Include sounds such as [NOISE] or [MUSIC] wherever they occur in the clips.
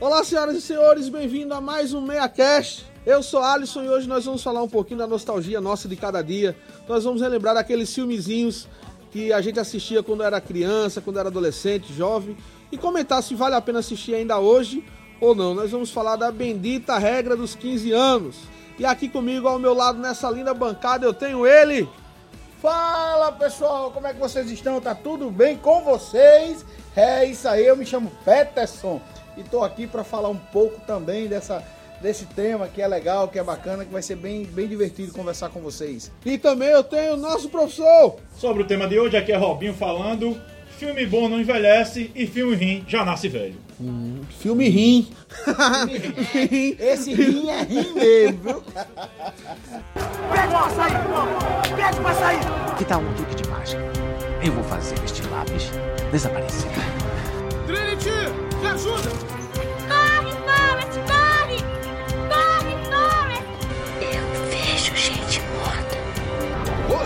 Olá, senhoras e senhores, bem-vindo a mais um MeiaCast. Eu sou Alisson e hoje nós vamos falar um pouquinho da nostalgia nossa de cada dia. Nós vamos relembrar aqueles filmezinhos que a gente assistia quando era criança, quando era adolescente, jovem, e comentar se vale a pena assistir ainda hoje ou não. Nós vamos falar da bendita regra dos 15 anos. E aqui comigo, ao meu lado, nessa linda bancada, eu tenho ele, Fala pessoal, como é que vocês estão? Tá tudo bem com vocês? É isso aí, eu me chamo Peterson e tô aqui para falar um pouco também dessa, desse tema que é legal, que é bacana, que vai ser bem, bem divertido conversar com vocês. e também eu tenho o nosso professor. Sobre o tema de hoje, aqui é Robinho falando. Filme bom não envelhece e filme ruim já nasce velho. Filme Rim. [LAUGHS] Esse rim é rim mesmo, viu? Pega o açaí, pede pra sair. Que tal um truque de mágica? Eu vou fazer este lápis desaparecer. Corre, Forrest, corre! Corre, Forrest! Eu vejo gente morta.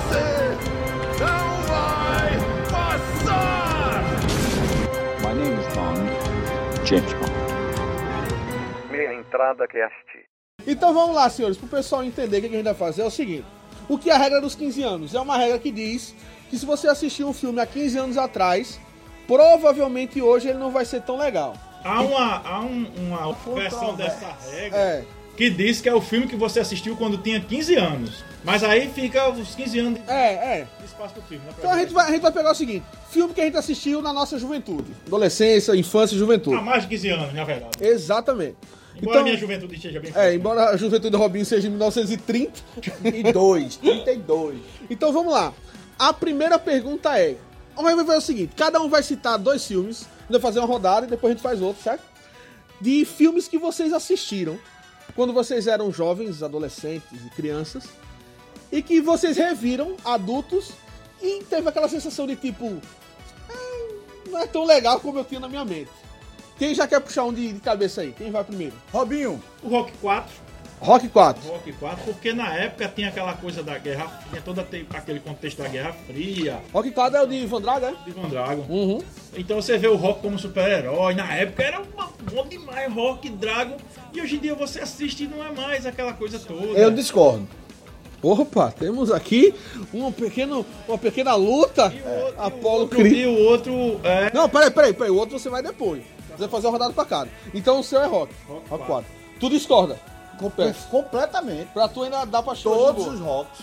Minha entrada que é assisti. Então vamos lá, senhores, pro pessoal entender o que a gente vai fazer é o seguinte. O que é a regra dos 15 anos? É uma regra que diz que se você assistir um filme há 15 anos atrás, provavelmente hoje ele não vai ser tão legal. Há uma, há um- uma versão dessa regra É. que diz que é o filme que você assistiu quando tinha 15 anos. Mas aí fica os 15 anos É, é. de espaço do filme, né? pra Então a gente, vai, a gente vai pegar o seguinte: filme que a gente assistiu na nossa juventude. Adolescência, infância e Há juventude. mais de 15 anos, na verdade. Exatamente. Embora a Então, Ah, minha juventude esteja bem é, forte. embora a juventude do Robinho seja de 1930, 32, 32. Então vamos lá. A primeira pergunta é: vai vai fazer o seguinte, cada um vai citar dois filmes, a gente vai fazer uma rodada e depois a gente faz outro, certo? De filmes que vocês assistiram quando vocês eram jovens, adolescentes e crianças, e que vocês reviram adultos e teve aquela sensação de tipo, "Ah, não é tão legal como eu tinha na minha mente. Quem já quer puxar um de, de cabeça aí? Quem vai primeiro? Robinho, O Rock 4. Rock 4. Rock 4, porque na época tinha aquela coisa da Guerra Fria, todo ate- aquele contexto da Guerra Fria, Rock 4 é o de Van Draga, né? de Van Dragon. Uhum. Então você vê o Rock como super-herói, na época era uma, bom demais, Rock, Dragon, e hoje em dia você assiste e não é mais aquela coisa toda. eu discordo. Opa, temos aqui um pequeno, uma pequena luta. E o outro, Apolo o outro, Creed. e o outro é É. Não, peraí, peraí, peraí. O outro você vai depois. Você vai fazer uma rodada pra cada. Então o seu é rock. Rock, 4. Tu discorda. Confesso. Completamente. Pra tu ainda dá pra show de Todos bola. os rocks.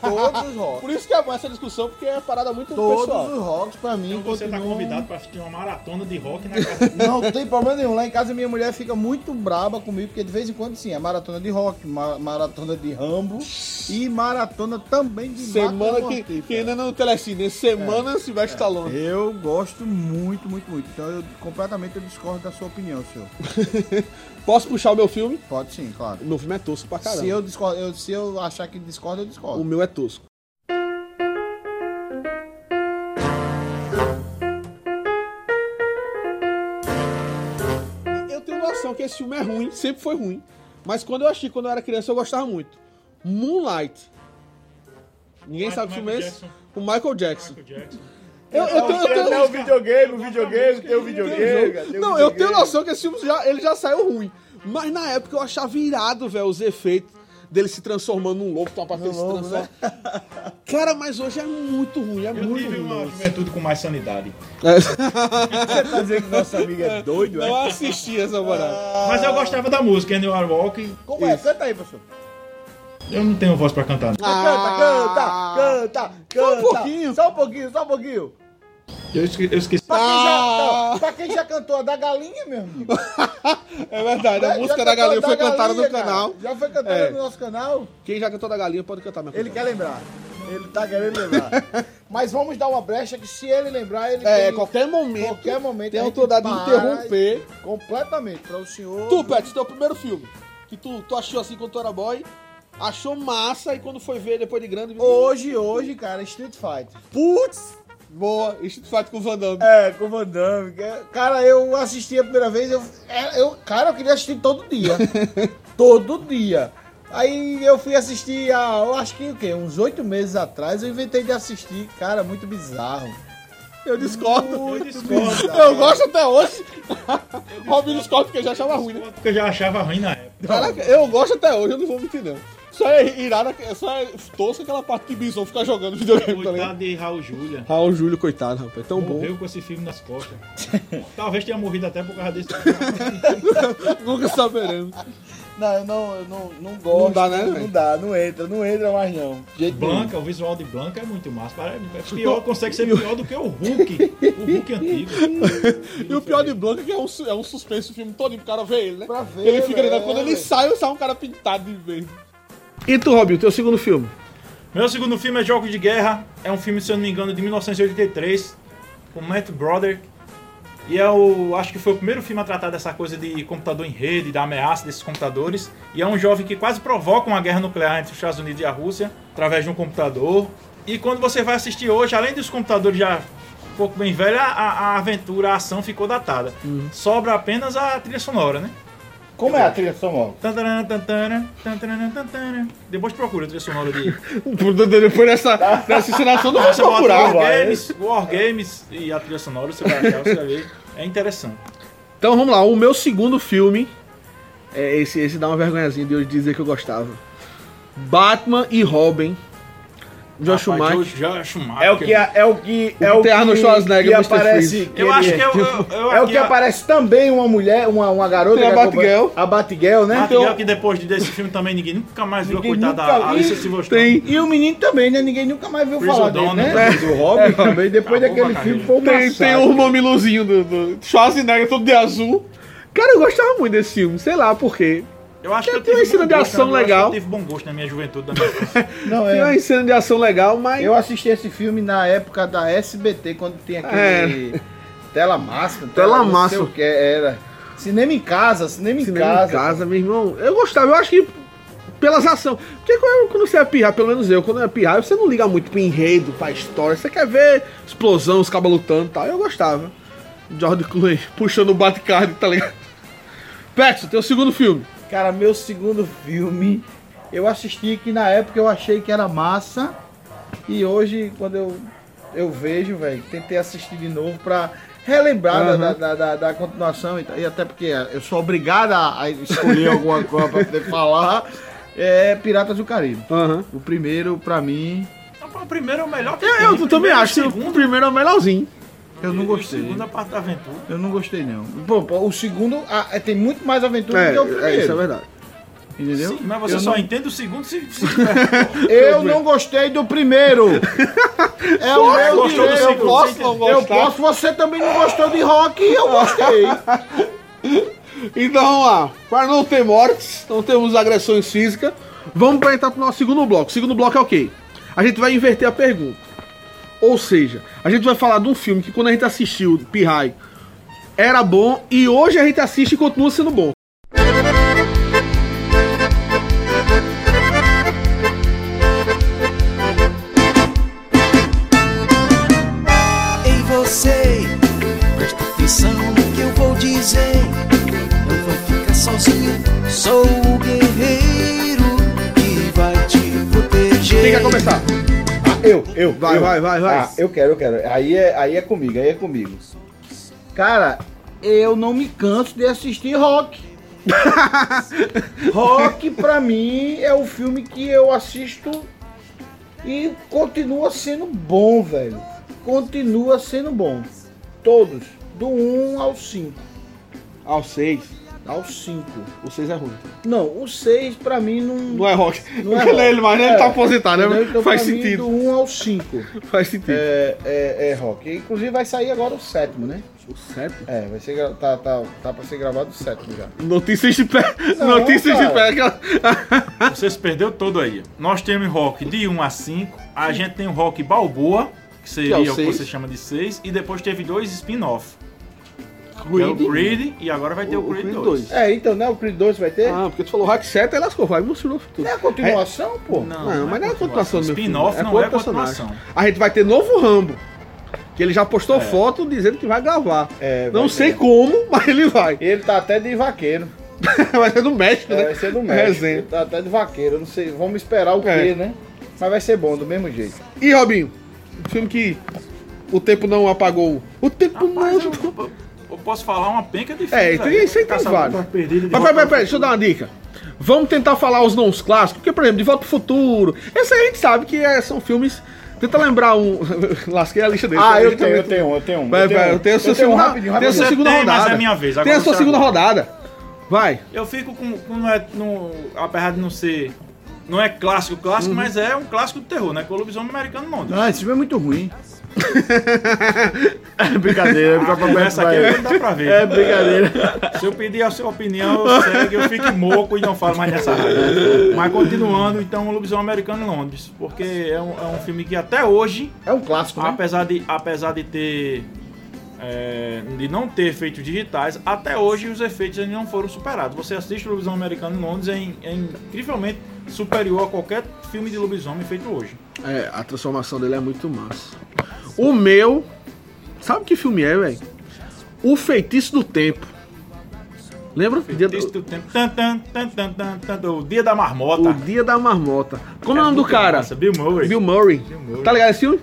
[LAUGHS] Todos os rocks. Por isso que é bom essa discussão, porque é parada muito pessoal. Todos os rocks pra mim então você tá continuam- convidado pra assistir uma maratona de Rock na [LAUGHS] casa. Não, não tem problema nenhum. Lá em casa minha mulher fica muito braba comigo, porque de vez em quando sim, é maratona de rock, ma- maratona de Rambo e maratona também de Semana Máquina que, Mortífera. que ainda no Telecine. Semana se vai estar longe. Eu gosto muito, muito, muito. Então eu completamente eu discordo da sua opinião, senhor. [LAUGHS] Posso puxar o meu filme? Pode sim, claro. O meu filme é tosco pra caramba. Se eu, discordo, eu- se eu achar que discordo, eu O discordo. meu é tosco. Eu tenho noção que esse filme é ruim, sempre foi ruim. Mas quando eu achei, quando eu era criança, eu gostava muito. Moonlight. Ninguém Moonlight, sabe que filme é Michael esse? Jackson. O Michael Jackson. Michael Jackson. Então, tá Eu, eu tenho, eu tenho- até o videogame, o videogame, tem um o videogame, Não, eu tenho noção que esse filme já, ele já saiu ruim. Mas na época eu achava irado, velho, os efeitos dele se transformando num louco, tem uma parte dele se transforma. né? Cara, mas hoje é muito ruim, é Eu muito tive ruim. É. uma juventude com mais sanidade. Você tá dizendo que nossa amiga [LAUGHS] é [LAUGHS] doido, Não assisti essa moral. Mas eu gostava da música, Andy Warhol, Como é? Canta aí, professor. eu não tenho voz pra cantar. não. Ah. Canta, canta, canta, canta. Só um pouquinho. Só um pouquinho, só um pouquinho. Eu esque- eu esqueci. Pra quem, Ah. já, não, pra quem já cantou a da galinha, meu amigo. É verdade, a Já música cantou da galinha da foi cantada no galinha, cara. canal. Já foi cantada É. no nosso canal. Quem já cantou da galinha pode cantar minha Ele canção. quer lembrar. Ele tá [LAUGHS] querendo lembrar. Mas vamos dar uma brecha que se ele lembrar, ele É, tem qualquer momento. qualquer momento Tem a gente autoridade de para interromper. completamente para o senhor. Tu, Pet, teu primeiro filme. Que tu, tu achou assim quando tu era boy. Achou massa e quando foi ver depois de grande. Hoje, hoje, cara, Street Fighter. Putz! Boa, Street Fighter com o Van Damme. É, com Van Damme. que- é- Cara, eu assisti a primeira vez, eu, é, eu cara, eu queria assistir todo [LAUGHS] dia. todo dia. Aí eu fui assistir há, eu acho que o quê? Uns oito meses atrás, eu inventei de assistir, cara, muito bizarro. Eu discordo. Eu discordo. Eu gosto até hoje. [LAUGHS] Robin discorda porque já achava ruim, né? Porque eu já achava ruim na época. Caraca, eu gosto até hoje, eu não vou mentir, não. Só é irada, só é tosca aquela parte que Bison fica jogando videogame, tá ligado? Coitado de Raul Júlia. Raul Júlio, coitado, rapaz, é tão Morreu com esse filme nas costas. Talvez tenha morrido até por causa desse. tipo bom. Nunca saberemos. Não, eu não, eu não, não gosto. Não dá, né, Não, velho? dá, não entra, não entra mais não. De jeito nenhum. Blanca, o visual de Blanca é muito massa. Para- É pior, consegue ser pior do que o Hulk. O Hulk antigo. [LAUGHS] E o pior de Blanca é que é um, su- é um suspense o filme todo, pro cara vê ele, né? Pra ver, ele fica ali, né? velho, Quando é, ele velho. sai, sai um cara pintado de verde. E tu, Robin, o teu segundo [LAUGHS] filme? Meu segundo filme é Jogos de Guerra. É um filme, se eu não me engano, de 1983, com Matt Broderick. E é o, acho que foi o primeiro filme a tratar dessa coisa de computador em rede, da ameaça desses computadores. E é um jovem que quase provoca uma guerra nuclear entre os Estados Unidos e a Rússia, através de um computador. E quando você vai assistir hoje, além dos computadores já um pouco bem velhos, a, a aventura, a ação ficou datada. Sobra apenas a trilha sonora, né? Como é a trilha sonora? Tantarã, tantarã, tantarã, tantarã. Depois procura a trilha sonora de... Depois dessa, dessa encenação, não vou Você bota procurar. War vai. Games, War Games e a trilha sonora, você vai achar, você vai ver. É interessante. Então vamos lá, o meu segundo filme. É esse, esse dá uma vergonhazinha de eu dizer que eu gostava. Batman e Robin. John Rapaz, Schumacher. Josh- Josh Schumacher. É o que é o que é O o que, tem Arnold Schwarzenegger, que Mr. aparece. Freeze. Eu acho que eu, eu, eu é o aqui, que ó, aparece também uma mulher, uma, uma garota. Tem a que Batgirl. acompanha- A Batgirl, né? Batgirl, que depois desse filme também ninguém nunca mais viu a Ninguém coitada nunca da Alicia viu. Silverstone. Tem, E o menino também, né? Ninguém nunca mais viu Chris falar dele, O'Donnell, né? né? O Robin também, depois Acabou daquele com a filme carreira. foi um uma tem, tem o mamiluzinho do, do Schwarzenegger todo de azul. Cara, eu gostava muito desse filme, sei lá por quê. Eu acho que eu Tem tive uma cena de gosto, ação eu acho que legal. Eu tive bom gosto na minha juventude. Da minha infância. Não, Tem é. uma cena de ação legal, mas. Eu assisti esse filme na época da SBT, quando tinha aquele. Tela máscara. É. Tela não sei máscara. o que era. Cinema em casa, cinema em Cinema casa. em casa, meu irmão. Eu gostava, eu acho que pelas ações. Porque quando quando você é pirrar, pelo menos eu, quando eu é pirrar, você não liga muito pro enredo, pra história. Você quer ver explosão, os cabos lutando e tal. Eu gostava. George Clooney [LAUGHS] puxando o Batcard, tá ligado? Pex, teu segundo filme. Cara, meu segundo filme, eu assisti que na época eu achei que era massa. E hoje, quando eu, eu vejo, velho, tentei assistir de novo pra relembrar da- Aham. da, da, da- da continuação. E, e até porque é, eu sou obrigado a, a escolher alguma coisa pra poder falar. É Piratas do Caribe. Aham. O primeiro, pra mim, Então, o primeiro é o melhor que Eu, tem. eu O também primeiro, acho que O o segundo, primeiro é o melhorzinho. eu não O gostei. segundo é a parte da aventura. Eu não gostei, não. Pô, pô, o segundo ah, é- tem muito mais aventura do que o primeiro. É, é, isso é verdade. Entendeu? Sim, mas você eu só não, entende o segundo se... se [LAUGHS] eu não gostei do primeiro. [LAUGHS] é o você meu gostou do direito. segundo. você entende. Eu posso, você também não gostou de rock e eu gostei. Então vamos lá. Para não ter mortes, não temos agressões físicas, vamos para entrar pro nosso segundo bloco. O segundo bloco é o quê? A gente vai inverter a pergunta. Ou seja, a gente vai falar de um filme que quando a gente assistiu, Pihai, era bom e hoje a gente assiste e continua sendo bom. Ei você, presta atenção no que eu vou dizer. Não vai ficar sozinho, sou o guerreiro que vai te proteger. Quem quer começar? Ah, Eu, eu. Vai, eu. vai, vai, vai. Ah, eu quero, eu quero. Aí é, aí é comigo, aí é comigo. Cara, eu não me canso de assistir [LAUGHS] rock. rock, pra mim, é o filme que eu assisto e continua sendo bom, velho. Continua sendo bom. Todos. Do 1 ao 5. Ao 6. Ao 5. O 6 é ruim. Não, o 6 pra mim não. Não é rock. Não é Porque rock. ele, mas ele É. tá aposentado, né? entendeu? Então, Faz pra mim, sentido. do 1 ao 5. Faz sentido. É, é, é rock. Inclusive vai sair agora o sétimo, né? O 7? É, vai ser, gra- tá, tá, tá pra ser gravado o sétimo já. Notícias de pé. Não, Notícias de pé. cara. aquela- Você se perdeu todo aí. Nós temos rock de 1 a 5. A gente tem o rock Balboa, que seria Que é o o, que seis. você chama de 6. E depois teve dois spin-off. Que é o Creed. Creed e agora vai ter o, O Creed Creed 2. dois. É, então, né? O Creed 2 vai ter? Ah, porque tu falou rock 7, aí lascou. Vai, mostrou tudo. É a continuação, pô. Não, mas não é continuação do meu Spin-off filme, não é com outro personagem. continuação. A gente vai ter novo Rambo. Que ele já postou foto dizendo que vai gravar. É, vai não sei ter. como, [LAUGHS] mas ele vai. Ele tá até de vaqueiro. vai ser no México, É, né? vai ser do México. Resenha. Ele tá até de vaqueiro. eu Não sei, vamos esperar o É. quê, né? Mas vai ser bom, do mesmo jeito. E Robinho? Um filme que O tempo não apagou. O tempo Rapaz, não. eu, eu- eu posso falar uma penca de É, tem, isso aí tem vários. Mas peraí, peraí, peraí, deixa eu dar uma dica. Vamos tentar falar os nomes clássicos, porque, por exemplo, De Volta pro Futuro. Esse aí a gente sabe que é- são filmes. Tenta lembrar um. [LAUGHS] Lasquei a lista dele. Ah, eu Também. tenho, eu tenho, eu tenho um. Vai, vai, eu tenho a eu sua tenho um segunda, rapidinho, tem a sua rapidinho. Você segunda tem, mas rodada. é minha vez, Tem agora a sua você segunda agora. rodada. Vai. Eu fico com. com não é, não, apesar de não ser. Não é clássico, clássico, Uhum. mas é um clássico do terror, né? Que é o lobisomem americano não. Não, esse filme é muito ruim. [LAUGHS] é [LAUGHS] brincadeira, é pra Ah, Essa aqui não dá pra ver. É brincadeira. Se eu pedir a sua opinião, eu segue, eu fico moco e não falo mais nessa rádio. Mas continuando, então, o Lobisomem Americano em Londres. Porque é um, é um filme que até hoje, É um clássico, Ah. né? apesar de, apesar de ter. é, de não ter efeitos digitais, até hoje os efeitos ainda não foram superados. Você assiste o Lobisomem Americano em Londres, é, in- é incrivelmente superior a qualquer filme de lobisomem feito hoje. É, a transformação dele é muito massa. O meu. Sabe que filme é, velho? O Feitiço do Tempo. Lembra? Dia do- Feitiço do tempo. Tan, tan, tan, tan, tan, tan, o Dia da O Marmota. Dia da Marmota. Como é o nome do muito cara? massa, Bill Murray. Bill Murray. Murray. Tá ligado esse filme?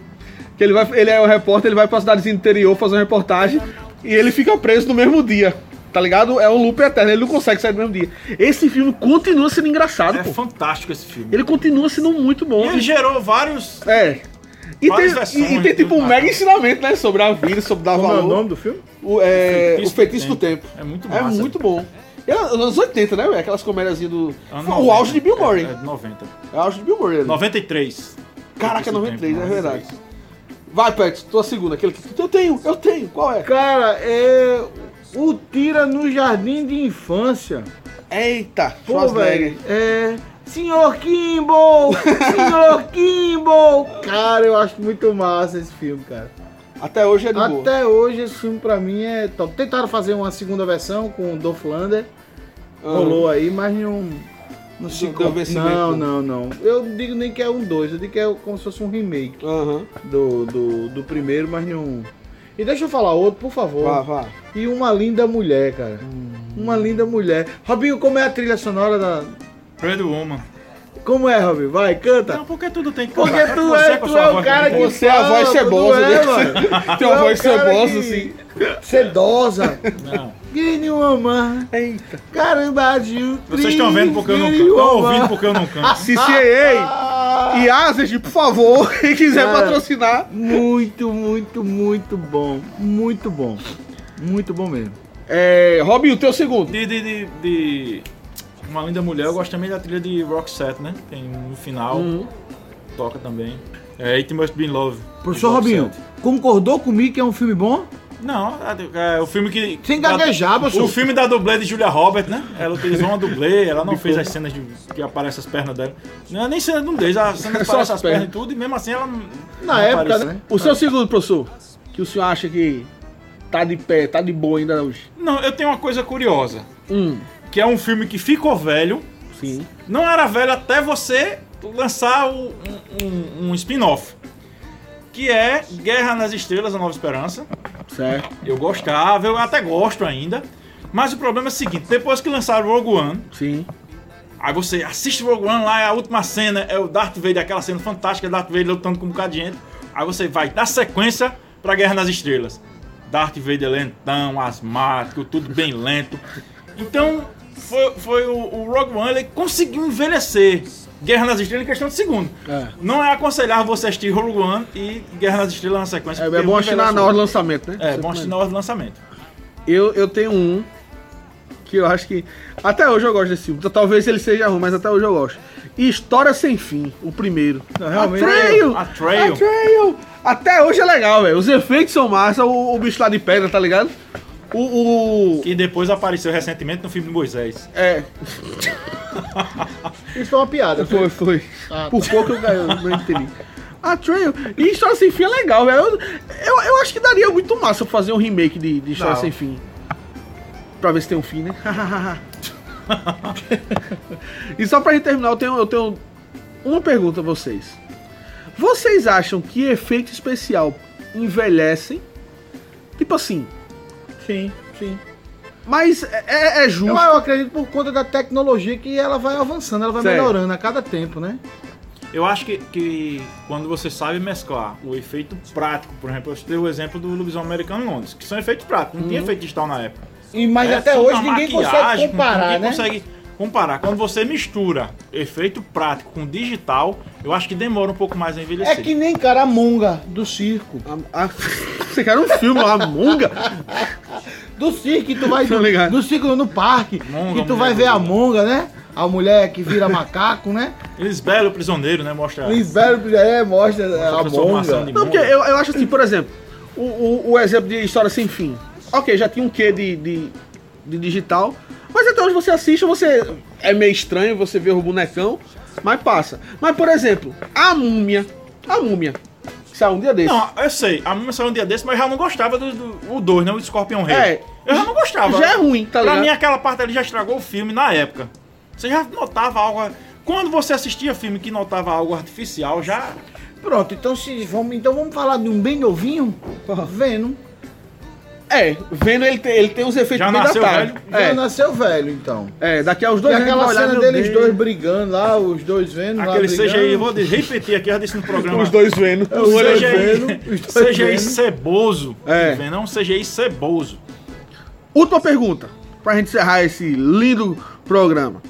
Que ele, vai, ele é o repórter, ele vai pra cidade do interior fazer uma reportagem e ele fica preso no mesmo dia. Tá ligado? É um loop eterno, ele não consegue sair no mesmo dia. Esse filme continua sendo engraçado, É pô. fantástico esse filme. Ele continua sendo muito bom. E é ele gerou vários É. E tem, Várias versões, e- e tem, tipo um tudo, mega né? ensinamento, né? Sobre a vida, sobre dar Como é o valor. nome do filme? O, é, o Feitiço do Tempo. É muito É massa. muito bom. É anos 80, né, velho? Aquelas comédiazinhas do. Ano o auge de Bill Murray. Ah, É, é de 90. É o auge de Bill Murray. né? 93. Caraca, Esse 93, tempo, é verdade. Vai, Pet, tua segunda, aquele que. Eu tenho, eu tenho, qual é? Cara, é. O Tira no Jardim de Infância. Eita, Pô, Schwarzenegger. velho. É. Senhor Kimball! [LAUGHS] Senhor Kimball! Cara, eu acho muito massa esse filme, cara. Até hoje é de boa. Até hoje esse filme pra mim é top. Tentaram fazer uma segunda versão com o Dolph Lander. Rolou aí, mas não. Não se Ah. Não co- deu vencimento. Não, não, não. Eu não digo nem que é um dois, eu digo que é como se fosse um remake Aham. do, do, do primeiro, mas não. E deixa eu falar outro, por favor. Vá, vá. E uma linda mulher, cara. Hum. Uma linda mulher. Robinho, como é a trilha sonora da. Pretty Woman. Como é, Robinho? Vai, canta. Não, porque tudo tem que Porque cantar. tu você é, com a tu sua é o voz cara que. bonita. Você é a voz canta, tu não cebosa é, dele. [LAUGHS] mano. Tem uma Tu é o voz cara cebosa, que- assim. [LAUGHS] Sedosa. Não. Guinea Woman. Eita. Caramba, Gil. Vocês estão vendo porque eu não canto. Estão um ouvindo porque eu não canto. Ah! CCA! E Azed, por favor, [LAUGHS] quem quiser Cara. patrocinar. Muito, muito, muito bom. Muito bom. Muito bom mesmo. É. Robin, o teu segundo. De, de, de, de Uma Linda Mulher, eu gosto também da trilha de Rock Set, né? Tem no final. Uhum. Toca também. É It Must Be in Love. de Professor Rock Robinho, Set. concordou comigo que é um filme bom? Não, é, é o filme que. Sem da- um gaguejar, professor. O filme da dublê de Julia Roberts, né? Ela utilizou uma dublê, ela não fez as cenas de, que aparecem as pernas dela. Não, nem cena de nudez, a [LAUGHS] cena que Só aparece as as pernas e pernas. tudo, e mesmo assim ela não. Na não época, aparece. né? O seu segundo, professor. Que o senhor acha que tá de pé, tá de boa ainda hoje. Não, eu tenho uma coisa curiosa. Hum, Que é um filme que ficou velho. sim. Não era velho até você lançar o- um, um- um spin-off. Que é Guerra nas Estrelas, A Nova Esperança. Certo. Eu gostava, eu até gosto ainda. Mas o problema é o seguinte, depois que lançaram Rogue One, Sim. Aí você assiste Rogue One lá, é a última cena é o Darth Vader, aquela cena fantástica, Darth Vader lutando com um bocado de gente. Aí você vai dar sequência pra Guerra nas Estrelas. Darth Vader lentão, asmático, tudo bem lento. Então, foi, foi o, o Rogue One, ele conseguiu envelhecer Guerra nas Estrelas em questão de segundo. É. Não é aconselhável você assistir Rogue One e Guerra nas Estrelas na sequência. É, é porque bom um assinar envelhece na o hora do outro. lançamento, né? É, bom assinar na hora do lançamento. Eu, eu tenho um que eu acho que. Até hoje eu gosto desse filme. Então, Talvez ele seja ruim, mas até hoje eu gosto. E História Sem Fim, o primeiro. Não, realmente- Atreio! Atreio. Atreio! Até hoje é legal, velho. Os efeitos são massa, o, o bicho lá de pedra, tá ligado? O. o... Que depois apareceu recentemente no filme de Moisés. É, Isso foi uma piada. foi, foi. Ah, Por pouco eu ganhei, não entendi. Atreio. E História Sem Fim é legal, velho. Eu, eu, eu acho que daria muito massa fazer um remake de, de História Não. Sem Fim. Pra ver se tem um fim, né? [LAUGHS] e só pra gente terminar, eu tenho, eu tenho uma pergunta a vocês. Vocês acham que efeito especial envelhecem? Tipo assim, Sim, sim. mas é- é, é Eu, justo. eu acredito por conta da tecnologia que ela vai avançando, ela vai Certo. melhorando a cada tempo, né? Eu acho que, que quando você sabe mesclar o efeito prático, por exemplo, eu dei o exemplo do Lobisomem Americano em Londres, que são efeitos práticos, não tinha efeito digital na época. E, Uhum. mas É, até tudo hoje na ninguém maquiagem, consegue com- comparar, ninguém né? consegue comparar. Quando você mistura efeito prático com digital, eu acho que demora um pouco mais a É envelhecer. que nem cara a monga do circo. A, [LAUGHS] a, você quer um filme, a Munga? [LAUGHS] Do circo que tu vai Tô ligado. do circo no parque, Monga, que tu vai mulher ver a bonita. monga, né? A mulher que vira [LAUGHS] macaco, né? Eles belo prisioneiro, né? Mostra O inverno é, mostra a transformação de monga. Não, porque mundo. eu, eu acho assim, por exemplo, o, o, o exemplo de História Sem Fim. Ok, já tinha um quê de, de, de digital, mas até hoje você assiste, você é meio estranho, você vê o bonecão, mas passa. Mas, por exemplo, a múmia, a múmia, que saiu um dia desse. Não, eu sei, a múmia saiu um dia desse, mas eu já não gostava do, do o 2, né? O Scorpion Rei. É. eu já não gostava. Já é ruim, tá Pra ligado? mim, aquela parte ali já estragou o filme na época. Você já notava algo. Quando você assistia filme que notava algo artificial, já. Pronto, então se vamos, então vamos falar de um bem novinho, Venom. É, vendo ele, tem- ele tem uns efeitos Já bem nasceu datados. velho? Já É, nasceu velho, então. é, daqui aos E dois anos aquela vai olhar, cena meu deles Deus. dois brigando lá, os dois vendo lá Aquele brigando. CGI, eu vou dizer- repetir aqui, eu já disse no programa. Os dois vendo. É, O olho CGI, vendo, os dois CGI vendo. ceboso. tá É. Vem, Não, CGI ceboso. Última pergunta, pra gente encerrar esse lindo programa.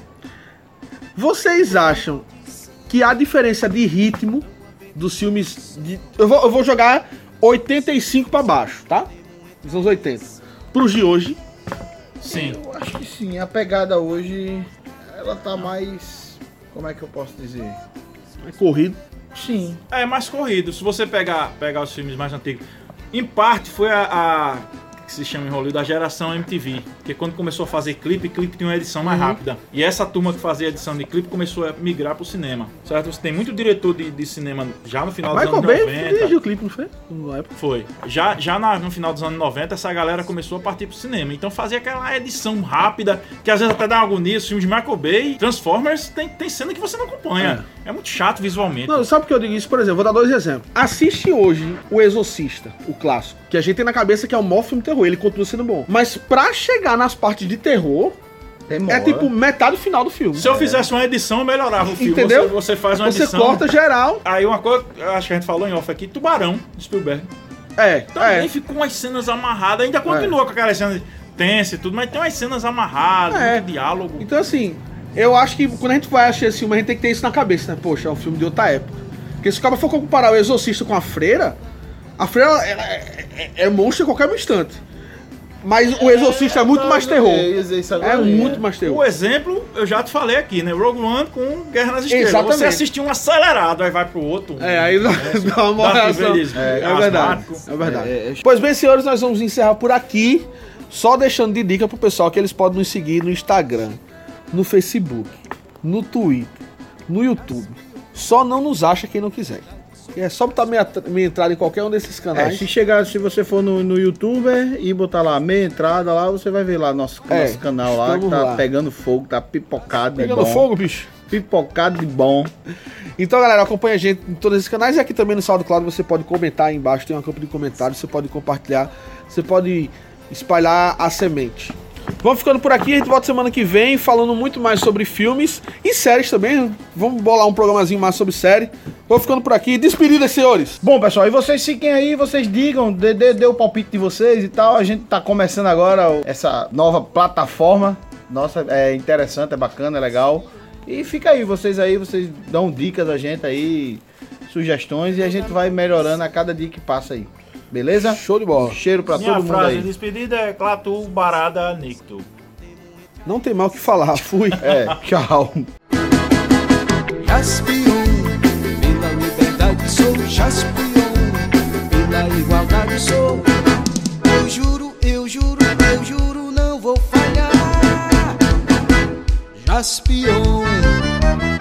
Vocês acham que a diferença de ritmo dos filmes. de- Eu, vou, eu vou jogar 85 pra baixo, tá? Dos anos 80. Pros de hoje. Sim. Eu acho que sim, a pegada hoje, ela tá mais, como é que eu posso dizer? É corrido. Sim. É mais corrido. Se você pegar, pegar os filmes mais antigos, em parte foi a, a- que se chama em Hollywood a geração MTV, porque é quando começou a fazer clipe, clipe tinha uma edição Uhum. mais rápida. E essa turma que fazia edição de clipe começou a migrar pro cinema. Certo? Você tem muito diretor de, de cinema já no final dos Michael anos Bay 90. dirigiu o clipe, não foi? Na época. Foi. Já, já na- no final dos anos 90, essa galera começou a partir pro cinema. Então fazia aquela edição rápida, que às vezes até dá uma agonia. Os filmes de Michael Bay, Transformers, tem, tem cena que você não acompanha. É, muito chato visualmente. Não, sabe por que eu digo isso? Por exemplo, vou dar dois exemplos. Assiste hoje O Exorcista, o clássico, que a gente tem na cabeça que é o maior filme de terror, ele continua sendo bom. Mas pra chegar nas partes de terror, é tipo metade do final do filme. Se eu fizesse uma edição, eu melhorava o filme. Entendeu? Você, você faz uma Você edição. corta geral. Aí uma coisa, eu acho que a gente falou em off aqui, Tubarão, de Spielberg. É, Também é. ficou umas cenas amarradas, ainda continua com aquelas cenas tensas e tudo, mas tem umas cenas amarradas, É. muito diálogo. Então, assim, eu acho que quando a gente vai assistir esse filme, a gente tem que ter isso na cabeça, né? Poxa, é um filme de outra época. Porque se o cara for comparar o Exorcista com a Freira, a Freira ela é, é- é monstro a qualquer instante. Mas o Exorcista é, muito mais terror. Eu ia dizer isso agora, É né? muito mais O terror. exemplo, eu já te falei aqui, né? Rogue One com Guerra nas Estrelas. Exatamente. Você assistiu um acelerado, aí vai pro outro. É, aí dá, [LAUGHS] dá uma Darth moderação. Vader, É, é asmático. verdade. É verdade. É, é- Pois bem, senhores, nós vamos encerrar por aqui. Só deixando de dica pro pessoal que eles podem nos seguir no Instagram, no Facebook, no Twitter, no YouTube. Só não nos acha quem não quiser. É só botar minha, minha entrada em qualquer um desses É, canais. se chegar, se você for no, no youtuber e botar lá meia entrada lá, você vai ver lá nosso, É, nosso canal lá, que estamos tá lá. pegando fogo, tá pipocado Pegando de bom. fogo, bicho. Pipocado de bom. Então, galera, acompanha a gente em todos esses canais. E aqui também no SoundCloud você pode comentar aí embaixo. Tem uma campo de comentários. Você pode compartilhar. Você pode espalhar a semente. Vamos ficando por aqui. A gente volta semana que vem falando muito mais sobre filmes e séries também. Vamos bolar um programazinho mais sobre série. Vou ficando por aqui. Despedidas, senhores. Bom, pessoal, e vocês fiquem aí, vocês digam, dê, dê- dê o palpite de vocês e tal. A gente tá começando agora o- essa nova plataforma. Nossa, é interessante, é bacana, é legal. E fica aí, vocês aí, vocês dão dicas a gente aí, sugestões, e a gente vai melhorando a cada dia que passa aí. Beleza? Show de bola. Cheiro pra Minha todo mundo frase aí. de despedida é Clatu Barada Nicto. Não tem mal o que falar. Fui. É, tchau. Jaspion, pela liberdade sou Jaspion, pela igualdade sou. Eu juro, eu juro, eu juro, não vou falhar. Jaspion,